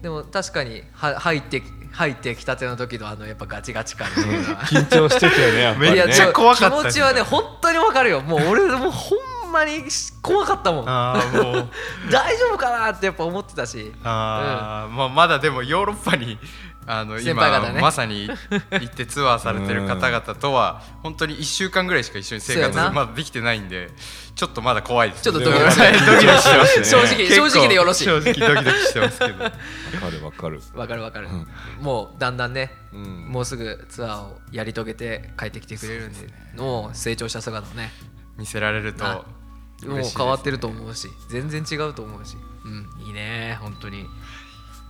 A: でも確かには入って入ってきたての時のあのやっぱガチガチ感っていう のは
B: 緊張してたよねやっぱり
C: め
A: い
C: っ
A: や
B: ね
C: ちゃ怖かった
A: 気持ちはね本当にわかるよもう俺もうほんまに怖かったもん
C: ああもう
A: 大丈夫かなってやっぱ思ってたし
C: ああ、まあまだでもヨーロッパにあの
A: 先
C: 今、
A: 輩方ね
C: まさに行ってツアーされてる方々とは本当に1週間ぐらいしか一緒に生活
A: そうやな
C: まだできてないんでちょっとまだ怖いです
A: ちょっと
B: ドキドキ
C: ドキドキしてますね
B: 正直
C: 結構
A: 正直でよろしい
C: 正直ドキドキしてますけど
B: わかるわかる
A: わかるわかるもうだんだんね
B: うん
A: もうすぐツアーをやり遂げて帰ってきてくれるんでもう成長した姿をね
C: 見せられると
A: な
C: 嬉しい
A: もう
C: です
A: 変わってると思うし全然違うと思うしうんいいね本当に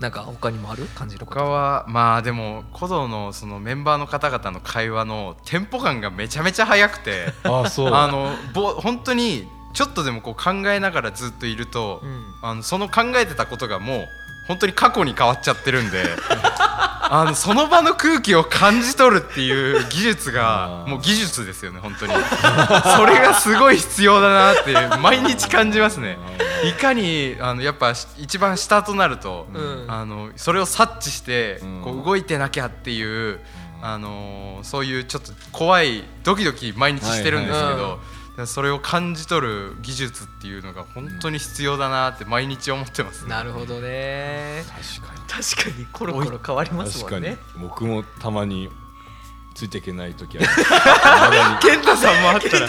A: なんか他にもある感じるこ
C: 他
A: と
C: はまあでも鼓動のそのメンバーの方々の会話のテンポ感がめちゃめちゃ速くて
B: あそう
C: あのぼ本当にちょっとでもこう考えながらずっといると、
A: うん
C: あのその考えてたことがもう本当に過去に変わっちゃってるんで あのその場の空気を感じ取るっていう技術が
B: あー
C: もう技術ですよね本当にそれがすごい必要だなって毎日感じますねいかにあのやっぱし一番下となると、
A: うん
C: あのそれを察知して、
B: うん
C: こう動いてなきゃっていう、あのーそういうちょっと怖いドキドキ毎日してるんですけど、
A: はいはいは
C: それを感じ取る技術っていうのが本当に必要だなって毎日思ってますね。
A: なるほどね
B: 確かに
A: 確かにコロコロ変わります
B: 確
A: も
B: か
A: ん
B: に
A: ね
B: 僕もたまについていけない時あ
C: 健太さんもあったら
A: い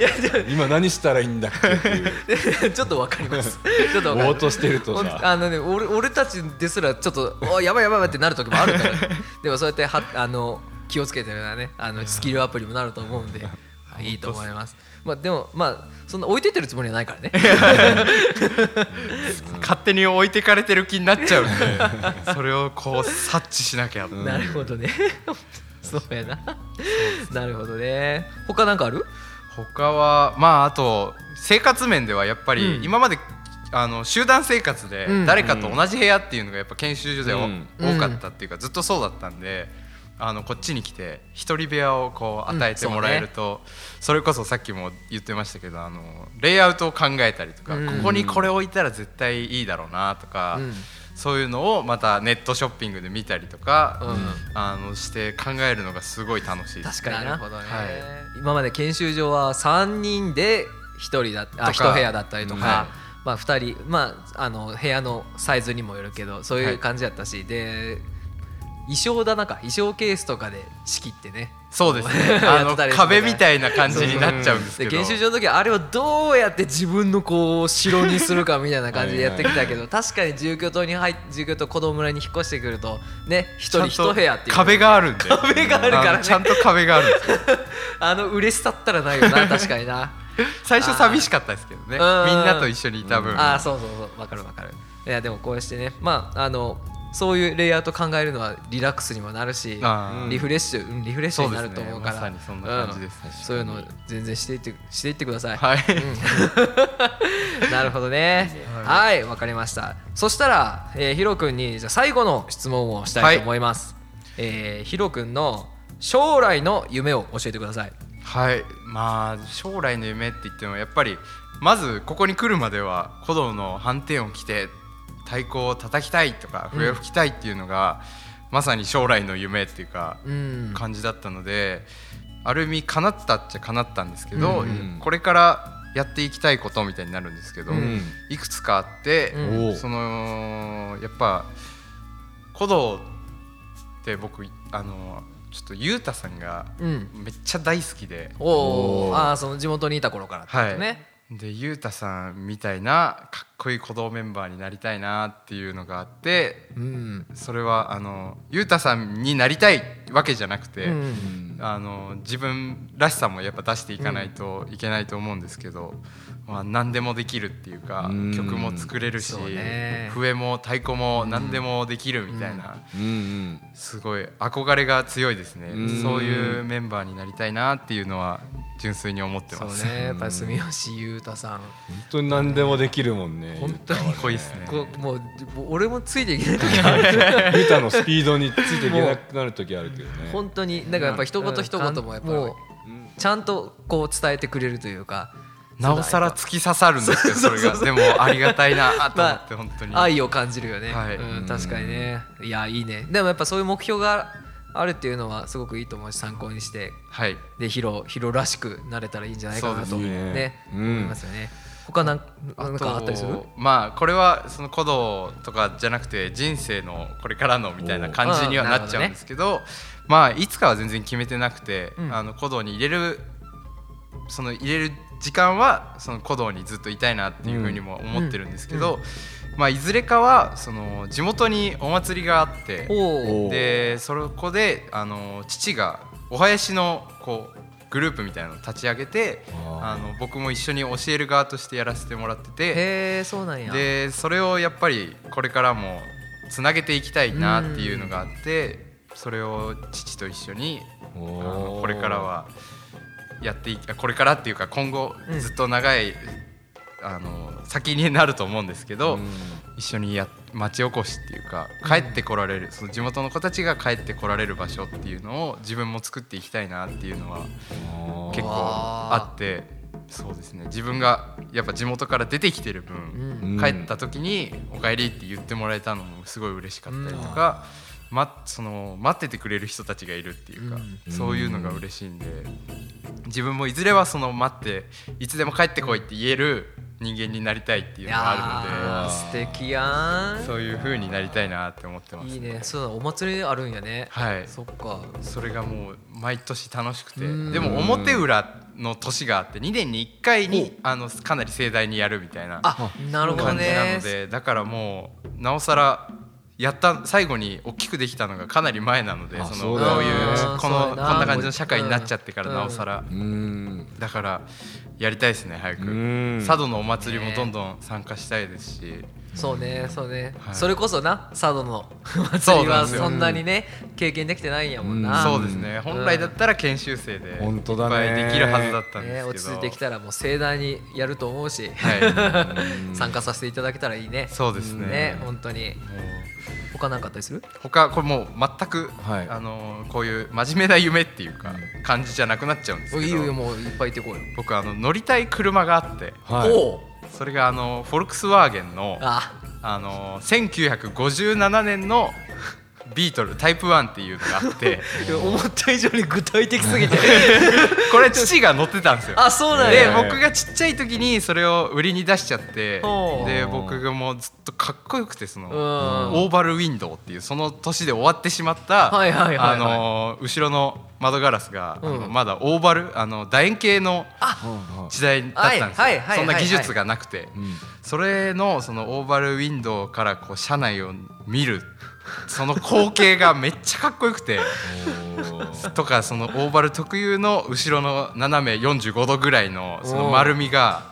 A: やじゃ
B: る今何したらいいんだっけって いう
A: あちょっとわかりますちょっとわ
B: ぼ
A: かる
B: ーっとしてると
A: ほん
B: さ
A: あのね俺俺たちですらちょっと「おやばいやばいやばい」ってなる時もあるから でもそうやってはあの気をつけてるなねあのスキルアップにもなると思うんでいいと思います。まあでもまあそんな置いてってるつもりはないからね。
C: 勝手に置いてかれてる気になっちゃうんでそれをこう察知しなきゃ、
B: ん
A: なるほどね。 そうやな。なるほどね。他なんかある？
C: 他はまああと生活面ではやっぱ
A: うん
C: り今まで、あの集団生活で
A: うん
C: 誰かと同じ部屋っていうのがやっぱ研修所では
B: うん
C: 多かったっていうかずっとそうだったんで。あのこっちに来て一人部屋をこう与えてもらえると、それこそさっきも言ってましたけどあのレイアウトを考えたりとか、
A: うん
C: ここにこれ置いたら絶対いいだろうなとか、
A: うん
C: そういうのをまたネットショッピングで見たりとか、
A: う
C: あのして考えるのがすごい楽しいです
A: 確かにな。
C: るほどねはい
A: 今まで研修所は3人で1人だあ
C: とか
A: 1部屋だったりとか、
C: は
A: まあ2人まああの部屋のサイズにもよるけどそうい
C: は
A: う
C: い
A: 感じだったし、で衣装棚か衣装ケースとかで仕切ってね。
C: そうですね
A: や
C: あ
A: って
C: の
A: たりとかね
C: 壁みたいな感じになっちゃうんですけ
A: で
C: ど。
A: 研修所の時はあれをどうやって自分のこう城にするかみたいな感じでやってきたけど確かに住居棟に入っ住居棟子供村に引っ越してくるとね1人
C: ちゃんと
A: 1部屋っていう
C: 壁があるんで。
A: 壁があるからね
C: のちゃんと壁があるんで すよ。
A: あの嬉しさったらないよな確かにな。
C: 最初寂しかったですけどね。みん
A: あー
C: なと一緒にいた分。
A: ああそうそうそうわかるわかるいやでもこうしてねまああのそういうレイアウト考えるのはリラックスにもなるし
C: あー
A: リフレッシュうんリフレッシュになると思うから
C: そうですねまさにそんな感じです
A: うん
C: 確かに
A: そういうのを全然していってしていってください
C: はい。
A: なるほどねはいわ、かりましたそしたら、えー、ヒロ君にじゃあ最後の質問をしたいと思います、えー、ヒロ君の将来の夢を教えてください
C: はい。まあ将来の夢って言ってもやっぱりまずここに来るまでは鼓動の反転を着て太鼓を叩きたいとか笛を吹きたいっていうのが、まさに将来の夢っていうか。
A: うん
C: 感じだったので、ある意味叶ったっちゃ叶ったんですけど、
A: うん
B: うん
C: これからやっていきたいことみたいになるんですけど、
A: うん
C: いくつかあって、
A: うん
B: おう
C: そのやっぱ鼓動って僕あのちょっとゆうたさんが
A: うん
C: めっちゃ大好きで、
A: お
B: お
A: お
B: ー
A: ああその地元にいた頃からってことね、
C: でゆうたさんみたいなかっこいい鼓動メンバーになりたいなっていうのがあって
A: うん
C: それはあのゆうたさんになりたいわけじゃなくて、
A: うん
C: あの自分らしさもやっぱ出していかないといけないと思うんですけど、まあ、何でもできるっていうか、
B: うん
C: 曲も作れるし、
A: そうね
C: 笛も太鼓も何でもできるみたいな、
B: うんうん
C: すごい憧れが強いですね、
B: うん
C: そういうメンバーになりたいなっていうのは純粋に思って
A: そ
C: ま
A: う
C: す。
A: ねやっぱり住吉裕太さん
B: 本当に何でもできるもんね
A: 本当に
C: かっこいいですね
A: こうもうもう俺もついていけない時 ある
B: ユタのスピードについていけなくなる時あるけどね
A: 本当になんかやっぱ一言一言もやっぱり
C: うん
B: うん
A: ちゃんとこう伝えてくれるというか
C: なおさら突き刺さるんですよそれがでもありがたいな と思って本当に、
A: 愛を感じるよね、
C: はい
A: うん、確かにねいやいいねでもやっぱそういう目標があるっていうのはすごくいいと思うし参考にして
C: はい
A: でヒロヒロらしくなれたらいいんじゃないかなと
C: そう
B: です
A: ね
B: ねうん
A: 思いますよね他なんなんかあったりする
C: とまあこれはその古道とかじゃなくて人生のこれからのみたいな感じには
A: おーあー
C: なっちゃうんですけどまあいつかは全然決めてなくて、
A: うん
C: あの古道に入れるその入れる時間はその古道にずっといたいなっていうふうにも思ってるんですけど、まあ、いずれかはその地元にお祭りがあって。
A: おお
B: お
C: でそこであの父がお囃子のこうグループみたいなのを立ち上げて
B: あ
C: あの僕も一緒に教える側としてやらせてもらってて
A: へえそうなんや
C: でそれをやっぱりこれからもつなげていきたいなっていうのがあってそれを父と一緒に
B: ー
C: あ
B: お
C: の
B: ー
C: これからはやっていこれからっていうか今後
A: うん
C: ずっと長い、あの先になると思うんですけど、
B: うん
C: 一緒にや町おこしっていうか帰ってこられる、その地元の子たちが帰ってこられる場所っていうのを自分も作っていきたいなっていうのは
B: あー
C: 結構あってそうですね自分がやっぱ地元から出てきてる分、
A: うん
B: うん
C: 帰った時に「おかえり」って言ってもらえたのもすごい嬉しかったりとか、ま、その待っててくれる人たちがいるっていうか、
A: う
C: そういうのが嬉しいんで自分もいずれはその待っていつでも帰ってこいって言える人間になりたいって
A: い
C: いうのがあるので。
A: やー素敵や
C: そういう風になりたいなって思ってま
A: ん
C: す。
A: いいねそうだお祭りあるんやね
C: はい。
A: そっか
C: それがもう毎年楽しくて、
A: うん
C: でも表裏の年があって2年に1回にあのかなり盛大にやるみたいな感
A: あなるほ
C: じ
A: ど
C: なの
A: ね
C: で、だからもうなおさら。やった最後に大きくできたのがかなり前なので
B: あ
C: その
B: そうだよ
C: こういう
A: あー
C: この
A: そ
C: こ
A: うんだな
C: な感じの社会になっちゃってから
A: うん
C: なおさら
B: うん
C: だからやりたいですね早く
B: うん
C: 佐渡のお祭りもどんどん参加したいですし
A: そうねそうね、
C: はい
A: それこそな佐渡の 祭
C: そう
A: り
C: なん
A: は
C: ですよ
A: そんなにね経験できてないんやもん
B: あ
A: な、
B: ん
C: そうですね本来だったら研修生でいっ
B: 本当だ
C: ぱ
B: ね
C: いできるはずだったんですけ
A: ね、
C: ど、
A: 落ち着いてきたらもう盛大にやると思うし、
C: はい
B: う ん
A: 参加させていただけたらいいね
C: そうですね
A: ね本当に
C: もう
A: 他何かあったりする
C: 他これもう全く、
B: はい
C: あのーこういう真面目な夢っていうか感じじゃなくなっちゃうんです
A: お
C: けど
A: いいよもういっぱい行ってこいよ、
C: 僕あの乗りたい車があって
B: はい
A: おう
C: それがあのフォルクスワーゲンの
A: あ
C: あのー1957年のビートルタイプ1っていうのがあって
A: いや思った以上に具体的すぎ て
C: これ父が乗ってたんですよ
A: あそうなん
C: で
A: や、
C: 僕がちっちゃい時にそれを売りに出しちゃって
A: ほう
C: で僕がもうずっとかっこよくてその
A: うん
C: オーバルウィンドウっていうその年で終わってしまった
A: はいはいはいはい
C: あのー後ろの窓ガラスがあの
A: うん
C: まだオーバルあの楕円形の
B: は
C: 時代だったんですよ
A: はいはいはい
C: そんな技術がなくて
B: いうん
C: それのそのオーバルウィンドウからこう車内を見るその光景がめっちゃかっこよくて。 とかそのオーバル特有の後ろの斜め45度ぐらいのその丸みが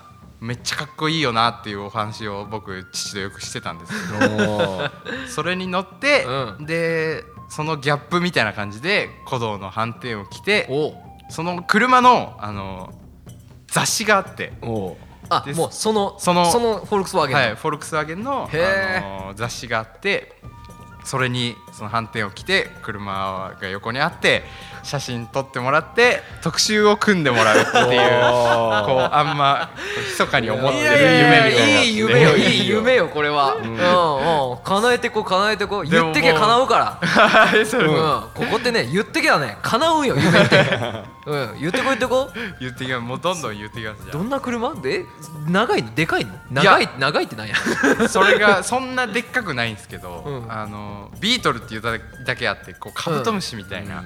C: めっちゃかっこいいよなっていうお話を僕父とよくしてたんですけどそれに乗って、
A: う
C: でそのギャップみたいな感じで鼓動の斑点を着て
A: おう
C: その車のあの雑誌があって。
B: おお
A: あ
C: です
A: もうその
C: その
A: そのフォルクスワーゲンの、
C: はい、フォルクスワーゲンの、
A: へー
C: あの雑誌があってそれにその斑点を着て車が横にあって写真撮ってもらって特集を組んでもらうっていうこうあんま密かに思ってる
A: い
C: 夢み
A: やいやい
C: た い
A: や
C: なやつで
A: いい夢よ
B: いい
A: いい夢よこれは、うんうん叶えてこ叶えてこ言ってけ叶うから
C: はいそうれ
A: ん
C: も
A: ここってね言ってけばね叶うんよ夢ってうん言ってこ言ってこ
C: 言っていきますもうどんどん言っていきますじゃ
A: どんな車で長いのでかいの長い
C: いや
A: 長いってなんや
C: あそれがそんなでっかくないんですけど、
A: うん
C: あのビートルっていうだけあってこうカブトムシみたいな、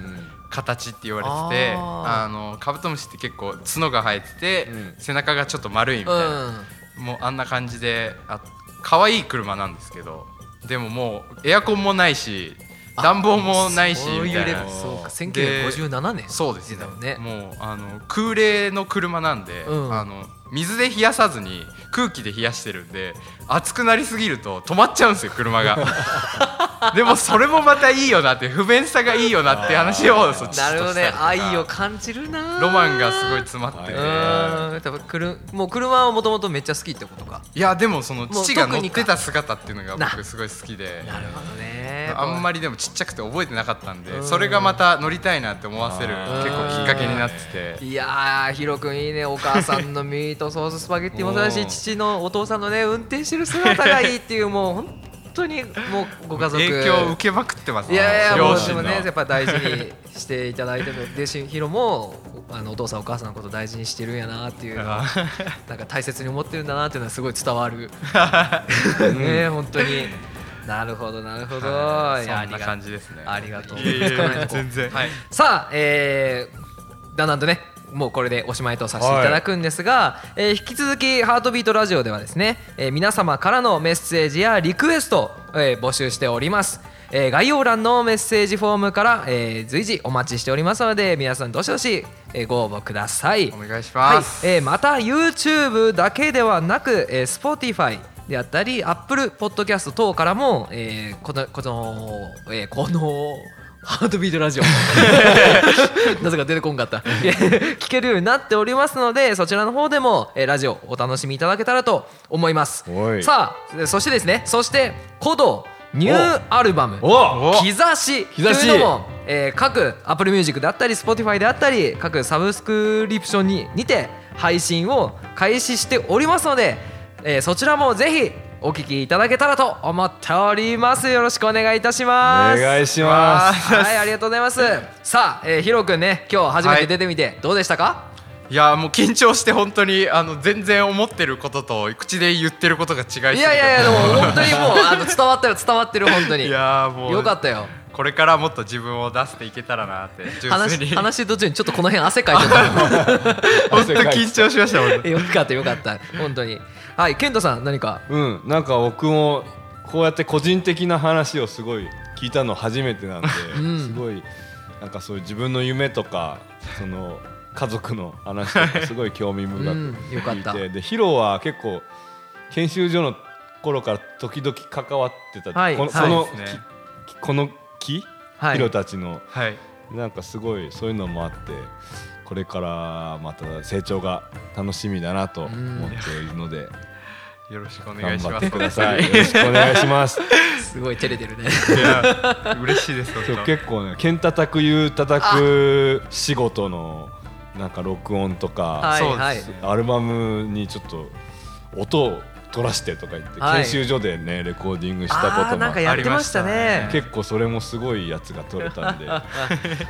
C: 形って言われてて
A: あー
C: あのカブトムシって結構角が生えてて、
B: うん
C: 背中がちょっと丸いみたいな、
A: ん
C: もうあんな感じであ可愛い車なんですけどでももうエアコンもないし暖房もないし
A: そう
C: み
A: いう
C: たい
A: レベ
C: な
A: ル
B: そ
A: そうか
C: で
A: 1957年
C: そうですね
A: だもんね
C: もうあの空冷の車なんで、
A: うん
C: あの水で冷やさずに空気で冷やしてるんで熱くなりすぎると止まっちゃうんですよ車が でもそれもまたいいよなって不便さがいいよなって話をそう父と
A: なるほどね
C: したりとか
A: 愛を感じるな
C: ロマンがすごい詰まってて、
B: はいう
A: ーん多分くるもう車はもともとめっちゃ好きってことか
C: い、やでもその
A: もう
C: 父が
A: 特
C: 乗っ
A: にか
C: てた姿っていうのが
A: な
C: 僕すごい好きで
A: なるほどね
C: あんま
A: り
C: りでもちっちゃくて覚えてなかったん
A: う
C: で
A: ん
C: それがまた乗りたいなって思わせる
B: あー
C: 結構きっかけになってて
A: いやーヒロ君いいねお母さんのミートソーススパゲッティもそうだし
C: うん
A: 父のお父さんのね運転してる姿がいいっていうもう本当にもうご家族
C: 影響を受けまくってます
A: いやいやも
C: 両
A: うで
C: 親
A: も
C: の
A: ねやっぱ大事にしていただいてるでしヒロもあのお父さんお母さんのこと大事にしてるんやなっていうのはなんか大切に思ってるんだなっていうのはすごい伝わるね 本当になるほどなるほど、
C: はい
A: いや
C: そんな感じですね
A: ありがとう
C: いやいや全然
A: はい、さあえー、だんだんとねもうこれでおしまいとさせていただくんですが、えー引き続き「ハートビートラジオ」ではですね、えー皆様からのメッセージやリクエスト、えー募集しております、えー概要欄のメッセージフォームから、えー随時お待ちしておりますので皆さんどしどし、えーご応募ください
C: お願いします、
A: はいえーまた YouTube だけではなく、えー Spotify であったり Apple Podcast 等からも、えーこのこの、えーこのハートビートラジオ なぜか出てこんかった聞けるようになっておりますのでそちらの方でも、えーラジオお楽しみいただけたらと思います
B: おい
A: さあそしてですねそして古道ニューアルバム
B: お
C: お
A: 兆しと
B: 日差し
A: いうのも、えー各 Apple Music だったり Spotify であったり各サブスクリプションににて配信を開始しておりますので、えーそちらもぜひお聞きいただけたらと思っておりますよろしくお願いいたし
B: お
A: ます
B: 願いします
A: はいありがとうございますさあ、えー、ヒロ君ね今日初め
C: は
A: て
C: い
A: 出てみて、どうでしたか
C: いやもう緊張して本当にあの全然思ってることと口で言ってることが違いすぎて
A: いやいやいやでも本当にもうあの伝わってる伝わってる本当に
C: いやもう
A: よかったよ
C: これからもっと自分を出していけたらなって純粋
A: 話
C: に
A: 話途中にちょっとこの辺汗かいちゃった
C: 本当緊張しましたもん ね
A: よかったよかった本当にはい健太さん何か
B: うんなんか僕もこうやって個人的な話をすごい聞いたの初めてなんで、
A: ん
B: すごいなんかそういう自分の夢とかその家族の話とかすごい興味深く
A: うんよかっ
B: 聞い
A: た
B: て、でヒロは結構研修所の頃から時々関わってた、
A: はい
B: こ
A: は
B: の
A: い
B: その、
C: そうですね
B: きこの木、
A: はい
B: ヒロたちの
C: はい
B: なんかすごいそういうのもあってこれからまた成長が楽しみだなと思っているので。
C: よろしくお願
B: 頑
C: いし
B: 張
C: ま
B: って
C: す
B: ください。 よろしくお願いします。
A: すごい照れてるね
C: いや嬉しいです
B: 今日
C: 本当
B: 結構ね、剣叩く、言う叩く仕事のなんか録音と
A: は
B: か、
A: い
C: そうです
A: はい
B: アルバムにちょっと音を取らしてとか言って、
A: はい
B: 研修所でね、レコーディングしたこ
A: あー
B: とも
A: な
B: あ
A: ん
B: っ
A: か
B: て、
A: やってました
C: あり
A: ね
C: まし
B: 結構それもすごいやつが取れたんで、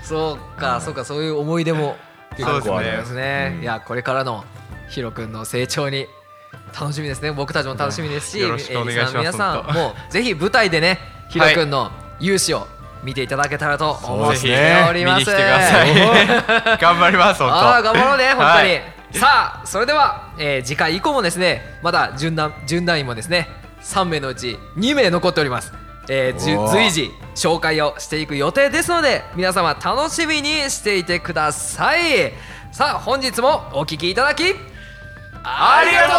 A: そうかそうかそういう思い出も
B: 結構あり
A: で
B: ますす
A: ね、
B: うん
A: いやこれからのヒロ君の成長に楽しみですね僕たちも楽しみですし
C: よろしくお願いします
A: えーリスナーの皆さ
C: 本
A: ん
C: 当
A: もうぜひ舞台でねヒロ君の勇姿を見ていただけたらと思っ
B: そうです
A: て
B: ね
A: おります
C: 見に来てください頑張ります本当
A: ああ頑張ろうね本当に、
C: はい
A: さあそれでは、えー次回以降もですねまだ準団準団員もですね3名のうち2名残っております、えーじゅ
B: おー
A: 随時紹介をしていく予定ですので皆様楽しみにしていてくださいさあ本日もお聞きいただきありがとう